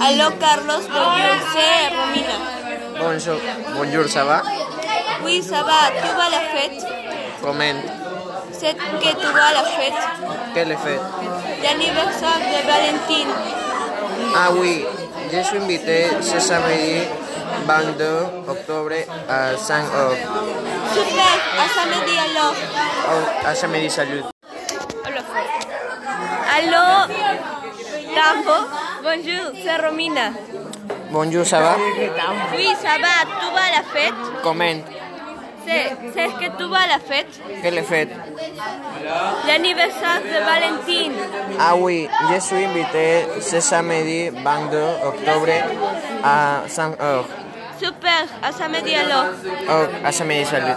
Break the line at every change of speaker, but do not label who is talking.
Aló, Carlos, bonjour, c'est Romina.
Bonjour, bonjour, ça va?
Oui, ça va, tu vas à la fête
Comente.
C'est que tu vas à la fête
Quelle est fête?
L'anniversaire de Valentine.
Ah oui, je suis invité ce samedi 22 octobre à saint au-
Super, à samedi alors.
au- à samedi salud.
Aló, Campo, bonjour, c'est Romina.
Bonjour, ça va?
Oui, ça va, tu vas à la fête
Comente.
C'est c'est que tu vas à la fête
Quelle est fête?
L'anniversaire de Valentine.
Ah oui, je suis invité ce samedi 22 octobre à saint au-
Super, à samedi alors.
au- à samedi salud.